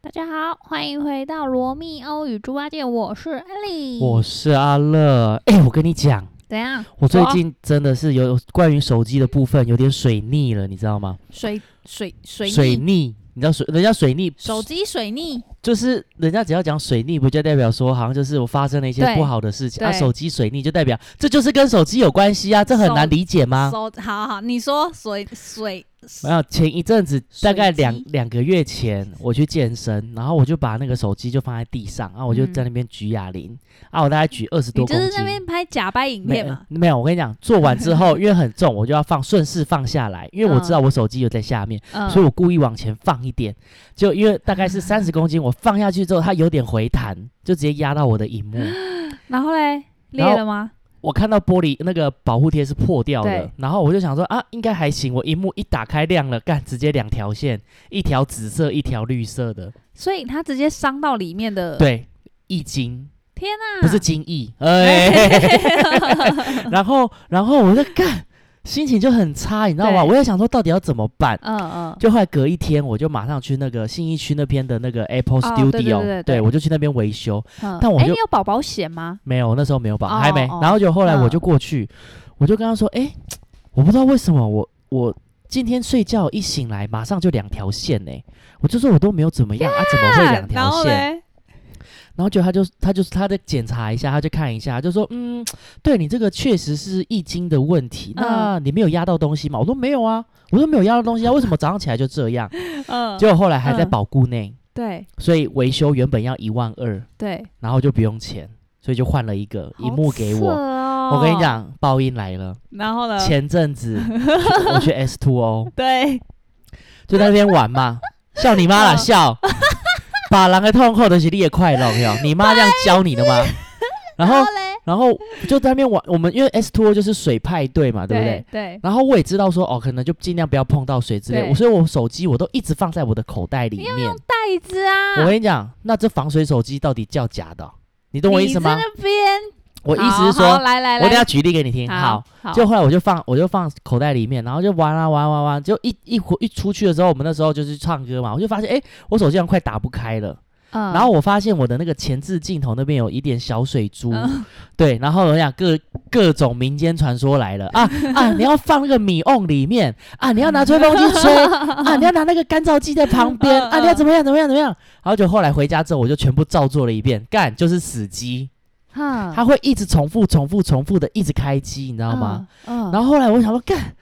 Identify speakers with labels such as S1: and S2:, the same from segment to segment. S1: 大家好，欢迎回到罗密欧与猪八戒，我是艾莉。
S2: 我是阿乐。哎、我跟你讲，
S1: 怎样？
S2: 我最
S1: 哇
S2: 近真的是有关于手机的部分有点水逆了，你知道吗？
S1: 水水水
S2: 水
S1: 逆，
S2: 逆，你知道水人家水逆，
S1: 手机水逆，
S2: 就是人家只要讲水逆，不就代表说好像就是我发生了一些
S1: 对
S2: 不好的事情啊？
S1: 对
S2: 手机水逆就代表这就是跟手机有关系啊？这啊很
S1: 手
S2: 难理解吗？
S1: 手好好，你说水水
S2: 没有，前一阵子大概
S1: 手机
S2: 两两个月前，我去健身，然后我就把那个手机就放在地上，然后我就
S1: 嗯
S2: 在那边举哑铃，啊，我大概举二十
S1: 你
S2: 多
S1: 就
S2: 公斤。
S1: 是在那边拍假掰影
S2: 没
S1: 片嘛？
S2: 没有，我跟你讲，做完之后因为很重，我就要放顺势放下 来，因为我知道我手机有在下面，
S1: 嗯，
S2: 所以我故意往前放一点，就因为大概是三十公斤，我放下去之后它有点回弹，就直接压到我的 荧幕，
S1: 然后嘞，裂
S2: 然后
S1: 了吗？
S2: 我看到玻璃那个保护贴是破掉
S1: 对
S2: 的，然后我就想说啊，应该还行，我荧幕一打开亮了，干直接两条线，一条紫色，一条绿色的，
S1: 所以它直接伤到里面的。，
S2: 对，易经
S1: 天哪、
S2: 不是精 益，哎。嗯 然后，然后我就干，心情就很差，你知道吗？
S1: 对
S2: 我在想说，到底要怎么办？
S1: 嗯嗯，
S2: 就后来隔一天，我就马上去那个信义区那边的那个 Apple
S1: 哦对
S2: Studio，、
S1: 对对对对
S2: 我就去那边维修。
S1: 嗯
S2: 但我
S1: 哎
S2: 就
S1: 你有宝宝险吗？
S2: 没有，那时候没有保，
S1: 哦
S2: 还没
S1: 哦。
S2: 然后就后来
S1: 嗯
S2: 我就过去，我就跟他说：“哎、我不知道为什么我我今天睡觉一醒来，马上就两条线呢、我就说我都没有怎么样啊，怎么会两条
S1: 然后
S2: 线？
S1: 嘞，
S2: 然后就他就他就是他在检查一下，他就看一下，他就说嗯，对你这个确实是易经的问题。
S1: 嗯
S2: 那你没有压到东西吗？我说没有啊，我说没有压到东西啊，为什么早上起来就这样？
S1: 嗯，
S2: 结果后来还在
S1: 嗯
S2: 保固内，
S1: 对
S2: 所以维修原本要一万二，
S1: 对，
S2: 然后就不用钱，所以就换了一个荧幕给
S1: 好扯
S2: 我。
S1: 哦嗯
S2: 我跟你，讲，报应来了。
S1: 然后呢？
S2: 前哦阵子去 我去 S Two O，
S1: 对，
S2: 就在那边玩嘛，笑你妈啦，
S1: 嗯
S2: 笑！把狼的痛苦都是你的快乐，有没有？你妈这样教你 的吗？然后
S1: 嘞，
S2: 然后就在那边玩，我们因为 S Two 就是水派对嘛，对不对？
S1: 对对，
S2: 然后我也知道说，哦，可能就尽量不要碰到水之类，
S1: 对
S2: 我所以我手机我都一直放在我的口袋里面。
S1: 袋子啊，
S2: 我跟你讲，那这防水手机到底叫假的哦、你懂我意思吗
S1: 你？在那边，
S2: 我意思是
S1: 好好
S2: 说，
S1: 来来
S2: 我
S1: 来，
S2: 等一下举例给你听。
S1: 好
S2: 好，，
S1: 好
S2: 就后来我就放，我就放口袋里面，然后就玩啊玩玩玩，就一一回一出去的时候，我们那时候就是唱歌嘛，我就发现，哎，我手机好像快打不开了。
S1: 嗯
S2: 然后我发现我的那个前置镜头那边有一点小水珠，
S1: 嗯
S2: 对，然后我讲各各种民间传说来了啊 啊！你要放那个米瓮里面啊，你要拿吹风机吹啊，你要拿那个干燥剂在旁边
S1: 嗯
S2: 啊，你要
S1: 嗯
S2: 怎么样怎么样怎么样？然后就后来回家之后，我就全部照做了一遍，干就是死机，
S1: 哈
S2: 它会一直重复、重复、重复的一直开机，你知道吗？？
S1: 嗯，
S2: 然后后来我想说，干，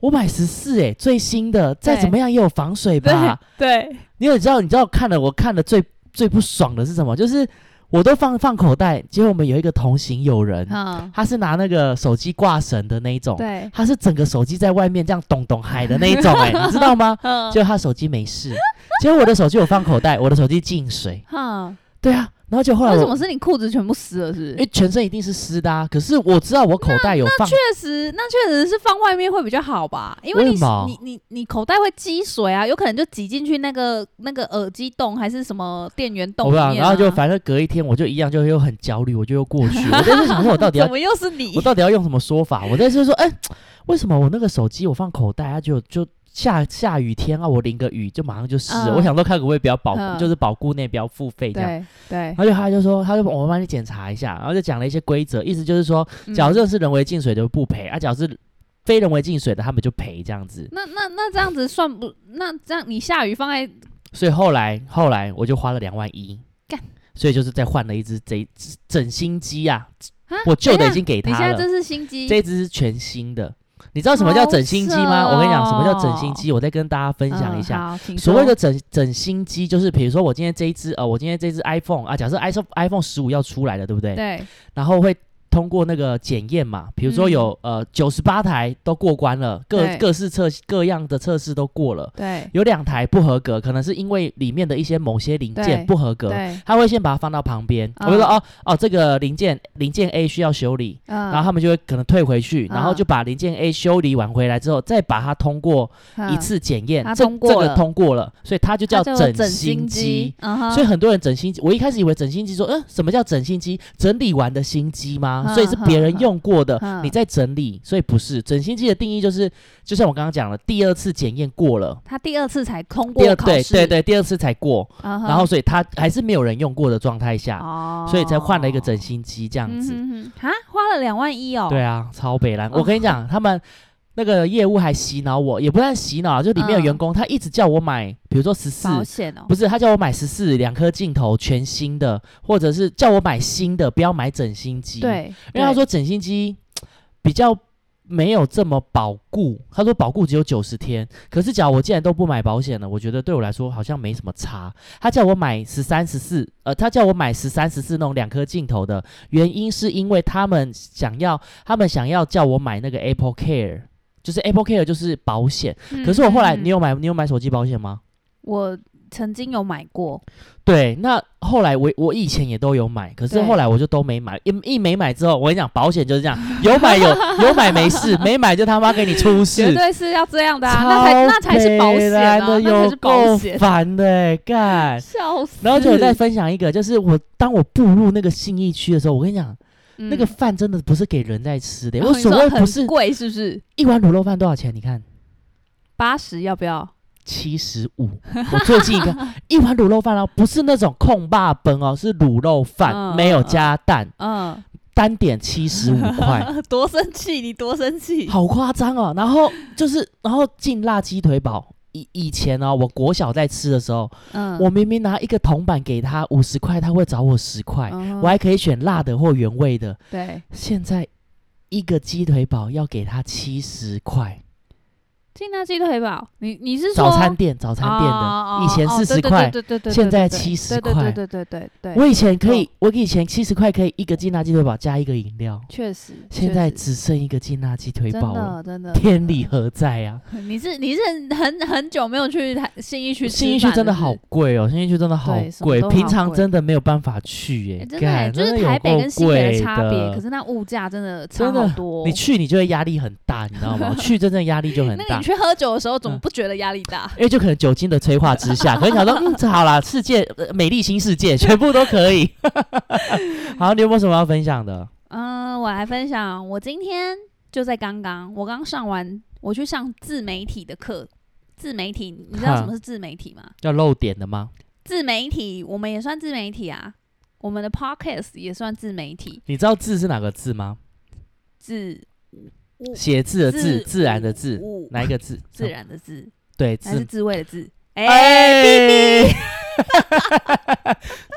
S2: 我买十四哎，最新的，再
S1: 对
S2: 怎么样也有防水吧？
S1: 对
S2: 你有知道，你知道看了我看的最最不爽的是什么？就是我都放放口袋，结果我们有一个同行友人，
S1: 嗯
S2: 他是拿那个手机挂绳的那一种，
S1: 对，
S2: 他是整个手机在外面这样咚咚海的那一种、 哎，你知道吗？
S1: 嗯
S2: 结果他手机没事，结果我的手机我放口 袋，我的手机进水，
S1: 哈，
S2: 对啊，然后就后来
S1: 为什
S2: 我
S1: 么是你裤子全部湿了？是
S2: 因
S1: 不是？
S2: 为全身一定是湿的啊，可是我知道我口袋有放，
S1: 确实，那确实是放外面会比较好吧，因为
S2: 为
S1: 你
S2: 什么
S1: 你你你口袋会积水啊，有可能就挤进去那个那个耳机洞还是什么电源洞
S2: 我
S1: 里
S2: 不知
S1: 面
S2: 道，
S1: 啊。
S2: 然后就反正隔一天我就一样就又很焦虑，我就又过去，我就是想说我到底要
S1: 怎么又是你
S2: 我？到底要用什么说 法？我在这说，哎、为什么我那个手机我放口袋，它啊就就下下雨天啊，我淋个雨就马上就湿了。
S1: 嗯
S2: 我想说看可不可以不要保，
S1: 嗯
S2: 就是保固内不要付费这样。
S1: 对对
S2: 然，后就他就说，他就我帮你检查一下，然后就讲了一些规则，意思就是说，
S1: 嗯
S2: 假如这是人为进水的不赔，啊，假如是非人为进水的他们就赔这样子。
S1: 那那那这样子算不？那这样你下雨放在
S2: 所以后来后来我就花了两万一
S1: 干，
S2: 所以就是再换了一只这整新机啊，
S1: 啊
S2: 我旧
S1: 等
S2: 的
S1: 一
S2: 已
S1: 下
S2: 经给
S1: 你
S2: 他
S1: 现在
S2: 了。
S1: 这是新机，
S2: 这一只是全新的。你知道什么叫整新机吗？
S1: 好扯哦
S2: 我跟你讲，什么叫整新机，我再跟大家分享一下。
S1: 嗯。好请
S2: 所谓
S1: 说
S2: 的整整新机，就是比如说我今天这一只，呃，我今天这只 iPhone 啊，假设 iPhone iPhone 十五要出来了，对不对？
S1: 对，
S2: 然后会通过那个检验嘛，比如说有、呃九十八台都过关了，各
S1: 嗯对
S2: 各式测各样的测试都过了，
S1: 对
S2: 有两台不合格，可能是因为里面的一些某些零
S1: 对
S2: 件不合格，
S1: 对，
S2: 他会先把它放到旁边，
S1: 嗯
S2: 我就说哦哦，这个零件零件 A 需要修理，
S1: 嗯，
S2: 然后他们就会可能退回去，
S1: 嗯
S2: 然后就把零件 A 修理完回来之后，再把它通过
S1: 嗯
S2: 一次检验
S1: 它，
S2: 这
S1: 通过
S2: 这
S1: 了
S2: 个通过了，所以它就
S1: 它
S2: 叫
S1: 叫
S2: 整
S1: 新
S2: 新
S1: 机
S2: 机。，
S1: 嗯哼
S2: 所以很多人整新机，我一开始以为整新机说，嗯，什么叫整新机？整理完的新机吗？啊，
S1: 嗯
S2: 所以是别人
S1: 嗯
S2: 用过的，
S1: 嗯
S2: 你在整理，所以不是整形肌的定义就是，就像我刚刚讲了，第二次检验过了，
S1: 他第二次才通
S2: 第
S1: 过
S2: 二
S1: 考
S2: 对
S1: 试，
S2: 对对，第二次才过，
S1: 嗯哼，
S2: 然后所以它还是没有人用过的状态下，
S1: 哦，
S2: 所以才换了一个整形机这样子。
S1: 嗯哼哼啊，花了两万一哦，
S2: 对啊，超北蓝。
S1: 哦
S2: 我跟你 讲，他们那个业务还洗脑我，也不算洗脑啊，就里面有员工，他一直叫我买，比如说十四。
S1: 嗯保险哦，
S2: 不是，他叫我买十四两颗镜头全新的，或者是叫我买新的，不要买整新机。，
S1: 对，
S2: 因为他
S1: 对
S2: 说整新机比较没有这么保固，他说保固只有九十天。可是，假如我既然都不买保险了，我觉得对我来说好像没什么差。他叫我买十三、十四，呃，他叫我买十三、十四那种两颗镜头的，原因是因为他们想要，他们想要叫我买那个 Apple Care，就是 Apple Care 就是保险。
S1: 嗯
S2: 可是我后来，
S1: 嗯嗯
S2: 你有买，你有买手机保险吗？
S1: 我曾经有买过，
S2: 对，那后来我我以前也都有买，可是
S1: 对
S2: 后来我就都没买。一一没买之后，我跟你讲，保险就是这样， 有买有有买没 事，没买就他妈给你出
S1: 绝
S2: 事。
S1: 对是要这样的啊，那才那才是保险啊，
S2: 超北蓝的
S1: 那才
S2: 有
S1: 是保
S2: 够
S1: 险，啊
S2: 烦的、 干。
S1: 笑死。
S2: 然后就有再分享一个，就是我当我步入那个信义区的时候，我跟你讲，那个
S1: 嗯
S2: 饭真的不是给人在吃的、
S1: 然后
S2: 我
S1: 哦你
S2: 所
S1: 说
S2: 谓
S1: 很
S2: 不是
S1: 贵，是不是
S2: 一碗卤肉饭多少钱？你看
S1: 八十？要不要？
S2: 七十五。我最近 一个一碗卤肉饭哦，不是那种控霸崩哦，是卤肉饭，
S1: 嗯
S2: 没有
S1: 嗯
S2: 加蛋。
S1: 嗯，
S2: 单点七十五 块，
S1: 多生气，你多生气。
S2: 好夸张哦！然后就是，然后劲辣鸡腿堡，以以前哦，我国小在吃的时候，
S1: 嗯
S2: 我明明拿一个铜板给他五十块，他会找我十块，
S1: 嗯
S2: 我还可以选辣的或原味的。
S1: 对
S2: 现在一个鸡腿堡要给他七十块，
S1: 劲辣鸡腿堡，你你是说
S2: 早餐店早餐店
S1: 哦
S2: 的，以前
S1: 哦
S2: 四十
S1: 对对
S2: 块，
S1: 对对对对，
S2: 现在
S1: 对
S2: 70
S1: 对对
S2: 块
S1: 对对对对
S2: 我
S1: 对，
S2: 以前可以
S1: 哦，
S2: 我以前七十块可以一个劲辣鸡腿堡加一个饮料，
S1: 确实，
S2: 现
S1: 确
S2: 在
S1: 实
S2: 只剩一个劲辣鸡腿
S1: 真
S2: 堡了，
S1: 的真的
S2: 天理，何在呀、啊？
S1: 你是你是很很久没有去台信义区吃
S2: 新义区
S1: 饭
S2: 真的
S1: 是不
S2: 好
S1: 是
S2: 贵哦，新义区真的好
S1: 对什么
S2: 贵
S1: 都，好
S2: 平常
S1: 贵
S2: 真的没有办法去耶
S1: 欸，真的欸、
S2: 干
S1: 就是
S2: 有
S1: 台北
S2: 够
S1: 跟新北
S2: 贵
S1: 的差别，
S2: 的
S1: 可是那物价真的差
S2: 真的
S1: 好多哦。
S2: 你去你就会压力很大，你知道 吗？去真正压力就很
S1: 那个
S2: 大
S1: 你。去喝酒的时候，怎么
S2: 嗯
S1: 不觉得压力大？
S2: 因为就可能酒精的催化之下，可能想到，嗯，这好啦，世界、呃美丽新世界，全部都可以。 好，你有没有什么要分享的？
S1: 嗯、我来分享，我今天就在刚刚，我刚上完，我去上自媒体的课。自媒体，你知道什
S2: 哈
S1: 么是自媒体吗？
S2: 要露点的吗？
S1: 自媒体，我们也算自媒体啊，我们的 podcast 也算自媒体，
S2: 你知道“字”是哪个字吗？
S1: 自我
S2: 写字的“字”，
S1: 自
S2: 自然的“自
S1: 我”，
S2: 哪一个字？
S1: 自然的自，
S2: 对，
S1: 还是
S2: 自
S1: 自卫的自？哎、
S2: 哎，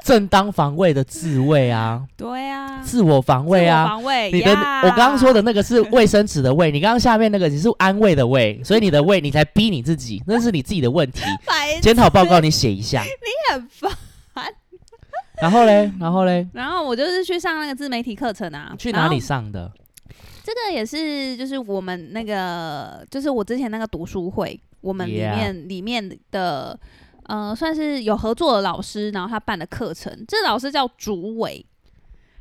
S2: 正当防卫的自卫啊，
S1: 对啊，
S2: 自我防卫
S1: 自我
S2: 啊。
S1: 防卫。
S2: 你的
S1: 呀
S2: 我刚刚说的那个是卫生纸的卫，你刚刚下面那个你是安慰的慰， 所以你的慰你才逼你自己，那是你自己的问题。
S1: 白
S2: 检讨报告你写一 下，
S1: 很烦。
S2: 然后嘞，然后嘞，
S1: 然后我就是去上那个自媒体课程啊。
S2: 去
S1: 然
S2: 哪
S1: 后
S2: 里上的？
S1: 这个也是，就是我们那个，就是我之前那个读书会，我们里
S2: Yeah
S1: 面里面的，呃，算是有合作的老师，然后他办的课程，这老师叫竹伟，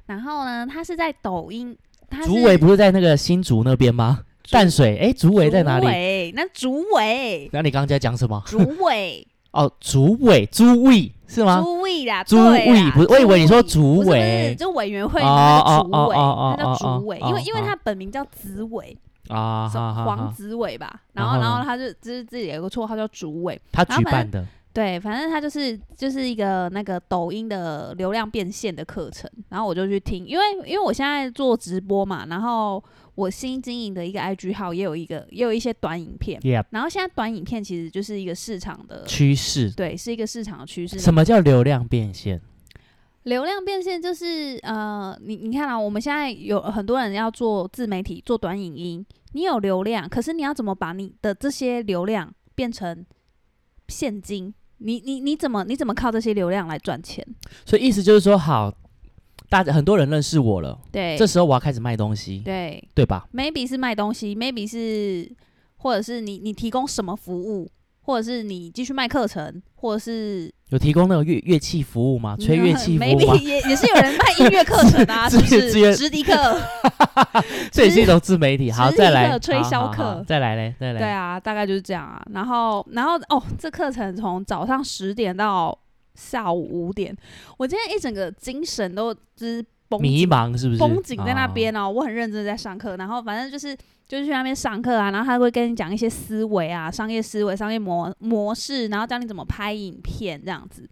S1: 然后呢，他是在抖音，他是
S2: 竹围不是在那个新竹那边吗？淡水，哎，竹围在哪里
S1: 竹？尾那竹
S2: ，
S1: 伟
S2: 那你刚刚在讲什么？
S1: 竹伟，
S2: 哦，竹围，猪尾是吗？
S1: 朱伟啦，
S2: 朱
S1: 对啦
S2: 伟不是我以为你说竹
S1: 不是不
S2: 尾
S1: 是，就委员会的那
S2: 哦
S1: 个
S2: 哦
S1: 竹
S2: 哦
S1: 伟，
S2: 哦
S1: 他叫
S2: 哦哦
S1: 竹伟，因为因为
S2: 哦哦
S1: 他本名叫紫伟，
S2: 啊，
S1: 什
S2: 哈
S1: 么
S2: 哈
S1: 黄
S2: 哈
S1: 子伟吧，
S2: 然
S1: 然后
S2: 后
S1: 然
S2: 呢
S1: 后他就就是自己有一个绰号叫竹伟，
S2: 他
S1: 然
S2: 举
S1: 后反
S2: 办的，
S1: 对，反正他就是就是一个那个抖音的流量变现的课程，然后我就去听，因为因为我现在做直播嘛，然后我新经营的一个 IG 号也有一个也有一些短影片，
S2: Yep，
S1: 然后现在短影片其实就是一个市场的，
S2: 趋势。
S1: 对，是一个市场的趋势，
S2: 什么叫流量变现？
S1: 流量变现就是呃，你你看啊，我们现在有很多人要做自媒体、做短影音，你有流量，可是你要怎么把你的这些流量变成现金？你你你怎么你怎么靠这些流量来赚钱？
S2: 所以意思就是说，好，大家很多人认识我了，
S1: 对，
S2: 这时候我要开始卖东西，
S1: 对
S2: 对吧？
S1: ，maybe 是卖东西，maybe 是或者是你你提供什么服务，或者是你继续卖课程，或者是
S2: 有提供那个乐乐器服务
S1: 嗯
S2: 吗？啊吹乐器 服务吗
S1: maybe？也也是有人卖音乐课程 啊，
S2: 自
S1: 是不是
S2: 自愿？
S1: 直笛课。
S2: 这也是一种自媒体。好，
S1: 实体课
S2: 再来
S1: 推销
S2: 好好好
S1: 课
S2: 再来嘞，再
S1: 对
S2: 来。
S1: 啊，大概就是这样啊。然后，然后哦，这课程从早上十点到下午五点，我今天一整个精神都就是绷
S2: 迷
S1: 紧
S2: 茫是不是？
S1: 绷紧在那边哦，我很认真地在上课，然后反正就是就是去那边上课啊，然后他会跟你讲一些思维啊、商业思维、商业模模式，然后教你怎么拍影片这样子。
S2: 哦。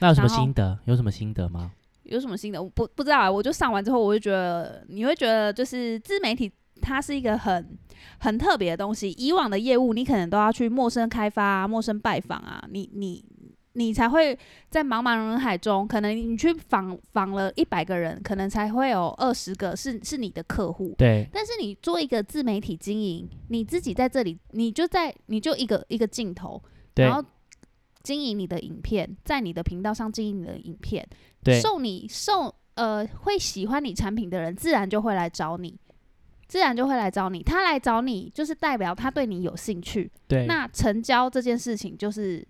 S2: 那有什么
S1: 然后
S2: 心得？有什么心得吗？
S1: 有什么新的？我不不知道啊，我就上完之后，我就觉得你会觉得就是自媒体。它是一个很很特别的东西。以往的业务，你可能都要去陌生开发、啊、陌生拜访啊，你你你才会在茫茫人海中，可能你去访访了一百个人，可能才会有二十个是是你的客户。
S2: 对，
S1: 但是你做一个自媒体经营，你自己在这里，你就在你就一个一个镜头，
S2: 对
S1: 然后经营你的影片，在你的频道上经营你的影片，
S2: 对，
S1: 受你受呃会喜欢你产品的人，自然就会来找你，自然就会来找你。他来找你，就是代表他对你有兴趣。
S2: 对，
S1: 那成交这件事情，就是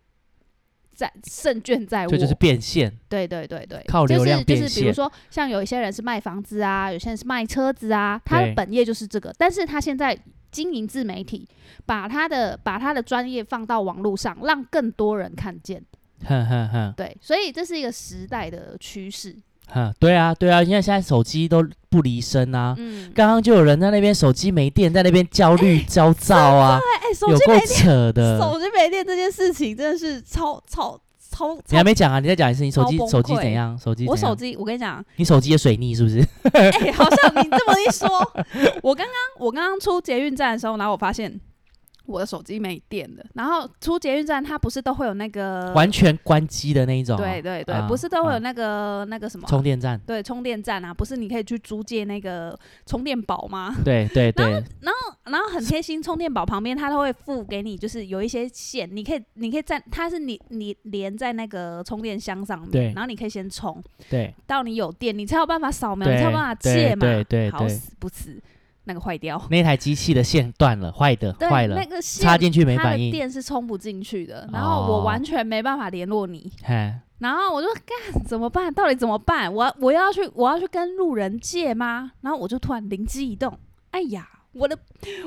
S1: 在胜券在握，
S2: 这就是变现。
S1: 对对对对，
S2: 靠流量
S1: 就
S2: 变
S1: 是就是比如
S2: 现
S1: 说，像有一些人是卖房子啊，有些人是卖车子啊，他
S2: 对
S1: 的本业就是这个，但是他现在经营自媒体，把他的把他的专业放到网络上，让更多人看见。
S2: 哼哼哼
S1: 对，所以这是一个时代的趋势。
S2: 哼，对啊对啊，因为现在手机都不离身啊。
S1: 嗯，
S2: 刚刚就有人在那边手机没电，在那边焦虑、焦躁啊，
S1: 哎、手
S2: 有
S1: 机
S2: 够
S1: 没
S2: 扯
S1: 电，
S2: 的。
S1: 手机没电这件事情真的是超超超
S2: 你
S1: 超
S2: 还。没讲啊？你再讲一次，你手机
S1: 超崩溃
S2: 手机怎样？手机
S1: 我
S2: 怎样
S1: 手机，我跟你讲，啊
S2: 你手机有水逆是不是？
S1: 哎、好像你这么一说， 我刚刚我刚刚出捷运站的时候，然后我发现我的手机没电了。然后出捷运站，它不是都会有那个
S2: 完全关机的那一种啊、
S1: 嗯对对对，
S2: 啊
S1: 不是都会有
S2: 啊
S1: 那个、那个什么啊
S2: 充电站。
S1: 对充电站啊，不是你可以去租借那个充电宝吗？
S2: 对对对，
S1: 然后很贴心，充电宝旁边它都会附给你，就是有一些线，你可以你可以在它是你你连在那个充电箱上
S2: 对
S1: 面，然后你可以先充，
S2: 对
S1: 到你有电，你才有办法扫描，
S2: 对
S1: 你才有办法借嘛。
S2: 对对对
S1: 好
S2: 对
S1: 死不死，那个坏掉。
S2: 那台机器的线断了，坏的，
S1: 对，
S2: 坏了
S1: 那，个线
S2: 插进去没
S1: 它
S2: 反
S1: 的
S2: 应。
S1: 电是充不进去的，然后我
S2: 哦
S1: 完全没办法联络你，
S2: 哎，
S1: 然后我就干怎么办？到底怎么办？我我要去我要去跟路人借吗？然后我就突然灵机一动，哎呀，我的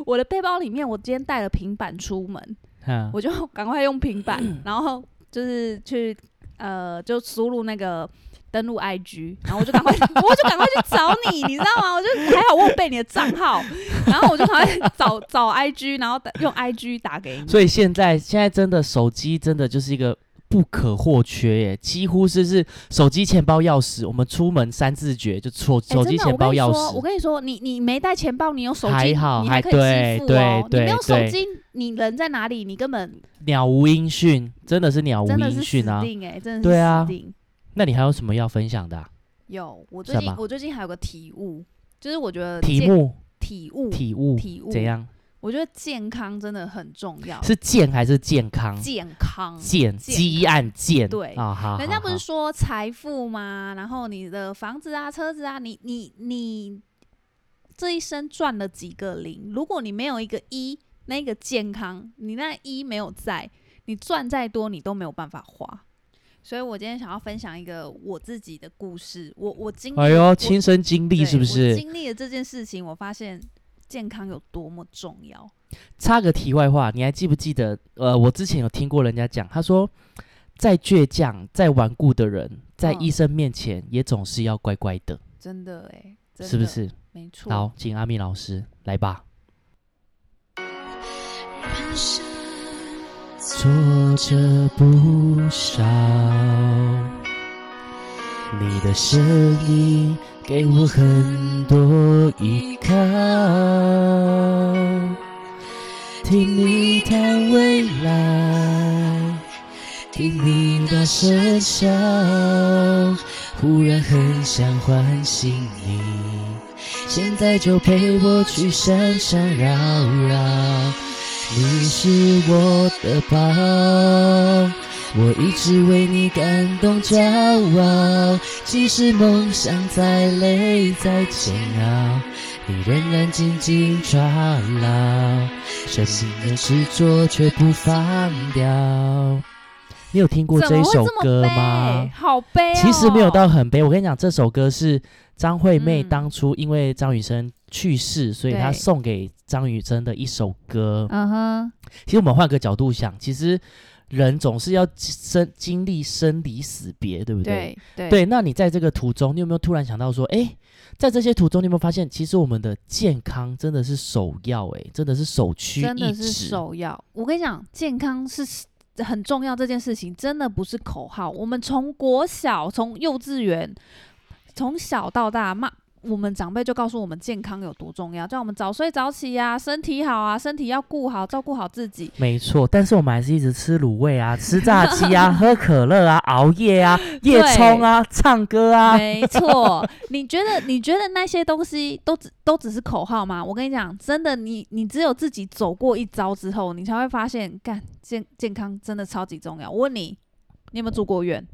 S1: 我的背包里面我今天带了平板出门，
S2: 嗯，
S1: 我就赶快用平板，然后就是去呃就输入那个。登录 IG，然后我就赶快， 我就赶快去找你，你知道吗？我就还好我有备你的账号，然后我就赶快找找 IG，然后打用 IG 打给你。
S2: 所以现在现在真的手机真的就是一个不可或缺耶，几乎是是手机、钱包、钥匙，我们出门三字诀就手
S1: 哎
S2: 手机、
S1: 真的
S2: 钱包、钥
S1: 我
S2: 匙。
S1: 跟你说，我跟你说，你你没带钱包，你有手机，
S2: 还好
S1: 你还
S2: 还
S1: 可以支付
S2: 对
S1: 哦。
S2: 对
S1: 你没有手
S2: 对
S1: 机，你人在哪里？你根本
S2: 鸟无音讯，真的是鸟无
S1: 真的是
S2: 音
S1: 死
S2: 讯啊！
S1: 定哎、真的是
S2: 对啊
S1: 死定。
S2: 那你还有什么要分享的啊、
S1: 有，我最
S2: 什
S1: 近
S2: 么
S1: 我最近还有个体悟，就是我觉得
S2: 题
S1: 呃健
S2: 目、
S1: 体悟
S2: 体悟
S1: 体悟
S2: 怎？样？
S1: 我觉得健康真的很重要，
S2: 是健还是健康？
S1: 健康。
S2: 健
S1: 健
S2: 积案健
S1: 对
S2: 啊，好，
S1: 人家
S2: 好
S1: 不是
S2: 好
S1: 说财富吗？然后你的房子啊、车子啊，你你你这一生赚了几个零？如果你没有一个一，那个健康，你那一没有在，你赚再多你都没有办法花。所以我今天想要分享一个我自己的故事，我我经历，
S2: 哎呦，
S1: 我
S2: 亲身经历
S1: 对
S2: 是不
S1: 我
S2: 是？
S1: 经历了这件事情，我发现健康有多么重要。
S2: 插个题外话，你还记不记得？呃，我之前有听过人家讲，他说，再倔强、再顽固的人，在
S1: 嗯
S2: 医生面前也总是要乖乖的，
S1: 真的哎、真
S2: 是不
S1: 的？
S2: 是？
S1: 没错。
S2: 好，请阿米老师来吧。挫折不少，你的声音给我很多依靠。听你谈未来，听你大声笑，忽然很想唤醒你，现在就陪我去山上绕绕。你是我的宝，我一直为你感动骄傲。即使梦想再累再煎熬，你仍然紧紧抓牢，生命的执着却不放掉。你有听过
S1: 怎
S2: 这
S1: 么
S2: 一
S1: 会
S2: 首
S1: 这么
S2: 歌
S1: 悲
S2: 吗？
S1: 好悲、哦。
S2: 其实没有到很悲，我跟你讲，这首歌是张惠妹
S1: 嗯
S2: 当初因为张雨生去世，所以她
S1: 对
S2: 送给张雨生的一首歌。
S1: 嗯哼，
S2: 其实我们换个角度想，其实人总是要生经历生离死别，对不对？
S3: 对对
S2: 对，那你在这个途中，你有没有突然想到说，哎，在这些途中，你有没有发现，其实我们的健康真的是首要、哎，真的是首屈
S3: 真
S2: 一
S3: 的是
S2: 指。
S3: 首要。
S1: 我跟你讲，健康是很重要这件事情，真的不是口号。我们从国小、从幼稚园、从小到大，妈我们长辈就告诉我们健康有多重要，叫我们早睡早起呀、身体好啊，身体要顾好，照顾好自己。
S2: 没错，但是我们还是一直吃卤味啊，吃炸鸡啊，喝可乐啊，熬夜啊，夜冲啊，唱歌啊，
S1: 没错，你觉得你觉得那些东西都只都只是口号吗？我跟你讲，真的，你你只有自己走过一遭之后，你才会发现，干健健康真的超级重要。我问你，你有没有住过院？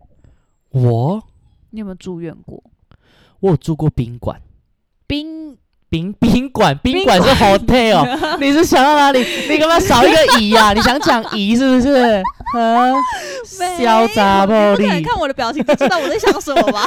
S2: 我
S1: 你有没有住院过？
S2: 我有住过宾馆。
S1: 冰
S2: 宾宾馆，宾
S1: 宾
S2: 馆是 hotel，你 是想到哪里？你干嘛少一个姨 啊？你想讲姨是不是？啊，潇洒
S1: 没有
S2: 暴
S1: 你不可能
S2: 力，
S1: 看我的表情就知道我在想什么吧？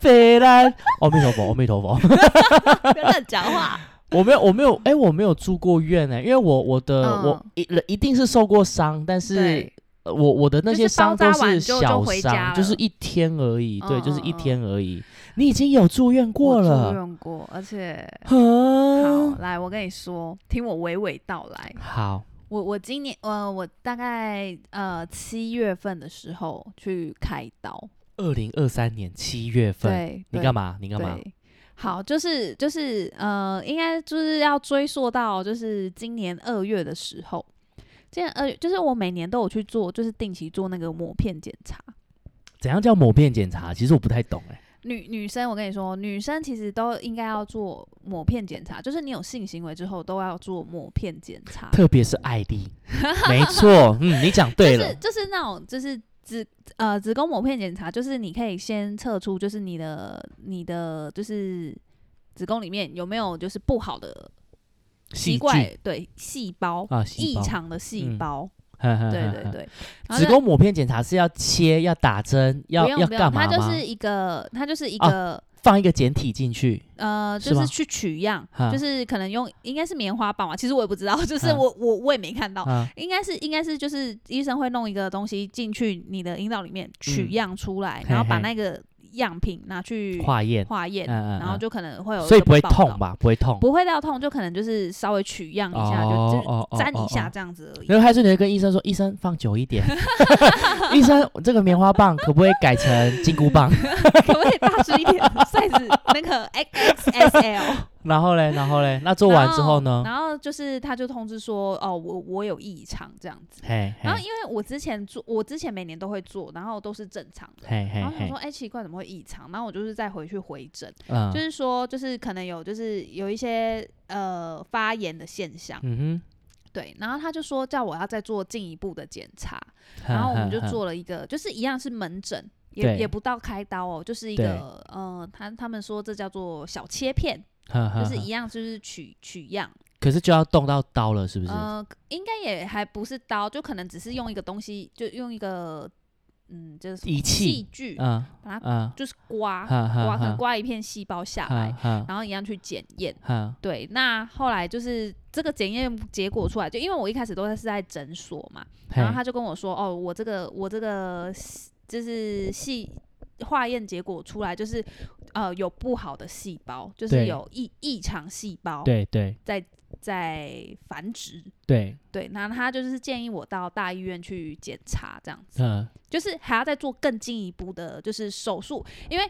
S2: 北兰，阿弥陀佛，阿弥陀佛。
S1: 不要乱讲话。
S2: 我没有，我没有，哎、我没有住过院哎、因为我我的、
S3: 嗯
S2: 我一人一定是受过伤，但是
S3: 对
S2: 呃我我的那
S3: 就
S2: 些
S3: 是包
S2: 伤都
S3: 扎
S2: 是
S3: 完就就
S2: 小
S3: 回家
S2: 伤，就是
S3: 了
S2: 一天而已，对，
S3: 嗯
S2: 就是一
S3: 嗯嗯
S2: 天而已。你已经有住院过
S3: 我住
S2: 了，嗯
S3: 院过，而且好
S2: 好，
S3: 来，我跟你说，听我娓娓道来。
S2: 好，
S1: 我我今年呃，我大概呃七月份的时候去开刀，
S2: 二零二三年七月份，
S3: 对，
S2: 你
S3: 对
S2: 干？嘛？你干嘛？
S3: 对，
S1: 好，就是就是呃，应该就是要追溯到就是今年二月的时候，今年二月就是我每年都有去做，就是定期做那个膜片检查。
S2: 怎样叫抹片检查？其实我不太懂哎、
S1: 女女生，我跟你说，女生其实都应该要做膜片检查，就是你有性行为之后都要做膜片检查，
S2: 特别是艾 丽，没错，嗯，你讲对了，
S1: 就是就是那种就是子呃子宫膜片检查，就是你可以先测出就是你的你的就是子宫里面有没有就是不好的
S2: 细菌
S1: 奇怪对细胞
S2: 啊，细
S1: 异
S2: 胞，
S1: 常的细
S2: 嗯
S1: 胞，
S2: 对
S1: 对对，对。然后
S2: 子
S1: 再
S2: 宫抹片检查是要切、要打针、要
S1: 不用
S2: 要
S1: 不用，
S2: 干嘛
S1: 它就
S2: 吗？
S1: 是一个它就是一
S2: 啊
S1: 个、
S2: 放一个简体进去，
S1: 呃，
S2: 是
S1: 就
S2: 吗
S1: 是去取样
S2: 哈，
S1: 就是可能用应该是棉花棒吧，其实我也不知道，就是
S2: 哈
S1: 我我我也没看到。
S2: 啊，
S1: 应该是应该是就是医生会弄一个东西进去你的阴道里面取
S2: 嗯
S1: 样出来，
S2: 嘿
S1: 然后把
S2: 嘿
S1: 那个样品拿去
S2: 化验，
S1: 化验，
S2: 嗯嗯
S1: 然后
S2: 嗯
S1: 就可能会有，
S2: 所以不会痛？吧？不会痛，
S1: 不会到痛，就可能就是稍微取样一下，就就
S2: 哦
S1: 粘一下。
S2: 哦哦哦
S1: 这样子而已。
S2: 然后还是你会跟医生说，医生放久一点， 医生这个棉花棒可不可以改成金箍棒？
S1: 可不可以大只一点？size 那个 XXL。
S2: 然后嘞，然后嘞，那 做完之后呢？
S1: 然后就是他就通知说，哦，我我有异常这样子。
S2: 嘿，嘿
S1: 然后因为我之前做，我之前每年都会做，然后都是正常的。
S2: 嘿嘿
S1: 然后想
S2: 嘿
S1: 说，，哎、奇怪，怎么会异常？然后我就是再回去回诊，
S2: 嗯
S1: 就是说，就是可能有，就是有一些呃发炎的现象，
S2: 嗯
S1: 对。然后他就说叫我要再做进一步的检查，
S2: 哼，
S1: 然后我们就
S2: 哼哼
S1: 做了一个，就是一样是门诊，
S2: 嗯对
S1: 也也不到开刀哦，就是一个呃，他他们说这叫做小切片，
S2: 哼哼
S1: 就是
S2: 哼
S1: 一样就是取取样，
S2: 可是就要动到刀了，是不是？
S1: 呃，应该也还不是刀，就可能只是用一个东西，就用一个嗯，就是什么
S2: 仪器
S1: 器具，
S2: 嗯
S1: 把它
S2: 嗯，
S1: 就是刮
S2: 哈哈
S1: 刮，可
S2: 哈
S1: 能刮一片细胞下
S2: 哈
S1: 来，
S2: 哈
S1: 然后一样去检验。
S2: 哈，
S1: 对，那后来就是这个检验结果出来，就因为我一开始都是在诊所嘛，然后
S2: 嘿
S1: 他就跟我说：“哦，我这个我这个细就是细化验结果出来，就是呃有不好的细胞，就
S2: 对
S1: 是有异异常细胞
S2: 对对
S1: 在繁殖。
S2: 对，
S1: 对，那他就是建议我到大医院去检查，这样子，
S2: 嗯
S1: 就是还要再做更进一步的，就是手术，因为。”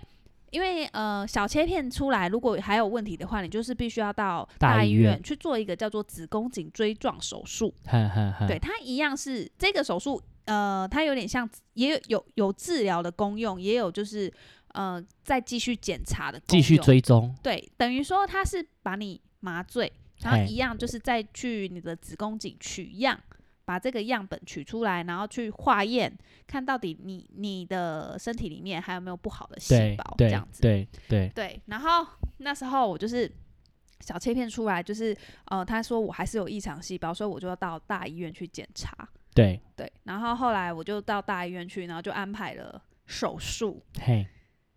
S1: 因为呃，小切片出来，如果还有问题的话，你就是必须要到
S2: 大
S1: 大
S2: 医
S1: 医
S2: 院
S1: 院去做一个叫做子宫颈椎状手术。
S2: 哈哈哈，
S1: 对，它一样是这个手术，呃，它有点像，也有有有治疗的功用，也有就是呃再继续检查的功
S2: 继续
S1: 用。
S2: 追踪，
S1: 对，等于说它是把你麻醉，然后
S2: 嘿
S1: 一样就是再去你的子宫颈取样，把这个样本取出来，然后去化验，看到底你你的身体里面还有没有不好的细
S2: 对
S1: 胞，这
S2: 对
S1: 样子。
S2: 对对，
S1: 对，然后那时候我就是小切片出来，就是呃，他说我还是有异常细胞，所以我就要到大医院去检查。
S2: 对，
S1: 对，然后后来我就到大医院去，然后就安排了手术。
S2: 嘿，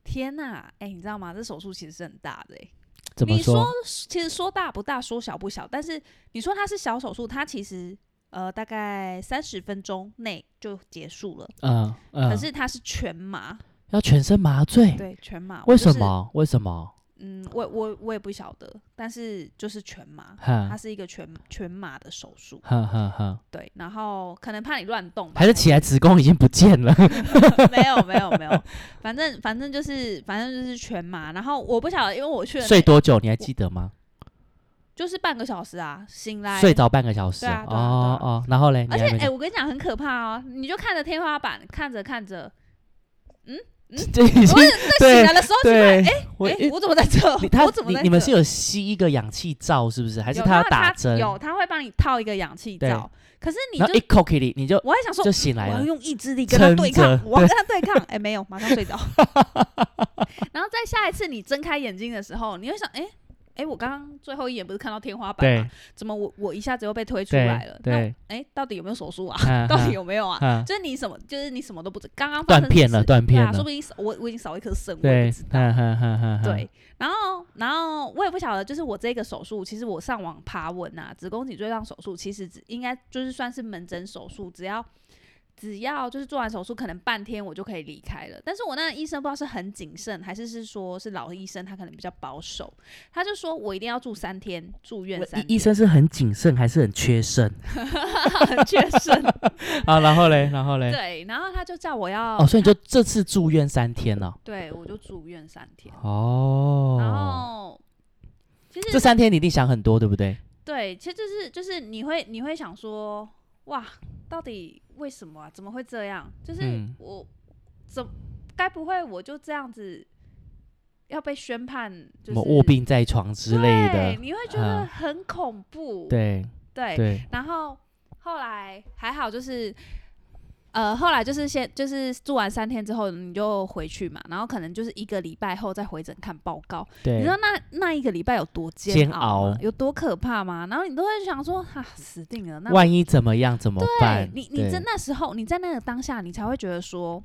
S1: 天呐，哎、你知道吗？这手术其实是很大的、欸，
S2: 怎么
S1: 你
S2: 说？
S1: 其实说大不大，说小不小，但是你说它是小手术，它其实呃大概三十分钟内就结束了，
S2: 嗯嗯，
S1: 可是它是全麻，
S2: 要全身麻醉，
S1: 对，全麻。我
S2: 为
S1: 就
S2: 什
S1: 是？
S2: 么？为什么？
S1: 嗯，我我我也不晓得，但是就是全麻，它
S2: 哈
S1: 是一个全全麻的手术，
S2: 哈哈哈，
S1: 对，然后可能怕你乱动吧，
S2: 还是起来子宫已经不见了，
S1: 没有没有没有，反正反正就是反正就是全麻，然后我不晓得，因为我去了
S2: 睡多久？你还记得吗？
S1: 就是半个小时啊，醒来
S2: 睡着半个小时
S1: 对啊
S2: 啊，
S1: 对
S2: 哦
S1: 啊对啊
S2: 哦，然后嘞，你
S1: 而且
S2: 还没
S1: 哎、我跟你讲很可怕哦，你就看着天花板，看着看着，
S2: 这已经
S1: 我也醒
S2: 对
S1: 来的时候奇怪，
S2: 对
S1: 哎，
S2: 我
S1: 哎、我怎么在这？
S2: 你他
S1: 我怎么
S2: 你
S1: 在
S2: 你们
S1: 这
S2: 是有吸一个氧气罩是不是？还是
S1: 有
S2: 他
S1: 然
S2: 要
S1: 后
S2: 打针？
S1: 有，他会帮你套一个氧气
S2: 对
S1: 罩，可是你
S2: 然
S1: 就
S2: 后一口气里你就
S1: 我还想说
S2: 就醒来
S1: 我要
S2: 了，
S1: 用意志力跟他对
S2: 撑
S1: 抗
S2: 着，
S1: 我要跟他对抗。哎、没有，马上睡着。 然后在下一次你睁开眼睛的时候，你会想，哎、哎、我刚刚最后一眼不是看到天花板
S2: 对
S1: 吗？怎么我我一下子又被推出来
S2: 对
S1: 了？那
S2: 对，
S1: 哎、到底有没有手 术啊？
S2: 嗯
S1: 到底有没有啊？
S2: 嗯
S1: 就是你什么，就是你什么都不知，刚刚发生
S2: 断片了，
S1: 什么事
S2: 断
S1: 对
S2: 片
S1: 啊，说
S2: 了
S1: 不，定少我我已经少一颗肾，我也
S2: 对
S1: 不知，道。
S2: 嗯哼哼哼，
S1: 对，然后然后我也不晓得，就是我这个手术，其实我上网爬文啊，子宫颈椎上手术其实只应该就是算是门诊手术，只要只要就是做完手术，可能半天我就可以离开了。但是我那个医生不知道是很谨慎，还是是说是老医生，他可能比较保守，他就说我一定要住三天，住院
S2: 我
S1: 三
S2: 医医
S1: 天，
S2: 生是很谨慎还是很缺肾
S1: 很确 实。
S2: 啊？然后嘞，然后嘞，
S1: 对，然后他就叫我要，
S2: 哦，所以你就这次住院三天了，
S1: 对我就住院三天，然
S2: 哦，
S1: 后其实
S2: 这三天你一定想很多，对不对？
S1: 对，其实就是就是你会你会想说，哇，到底为什么啊？怎么会这样？就是
S2: 嗯
S1: 我、怎该不会我就这样子要被宣判
S2: 什
S1: 就是
S2: 么卧病在床之类
S1: 对，
S2: 的，
S1: 你会觉得
S2: 啊
S1: 很恐怖。
S2: 对
S1: 对
S2: 对，
S1: 然后后来还好，就是呃，后来就是先就是住完三天之后你就回去嘛，然后可能就是一个礼拜后再回诊看报告。你知
S2: 对
S1: 道，那那一个礼拜有多煎
S2: 煎
S1: 熬吗
S2: 熬
S1: 有多可怕吗？然后你都会想说，哈、死定了。那
S2: 万一怎么样怎么办
S1: 对？你，你在
S2: 对
S1: 那时候，你在那个当下，你才会觉得说，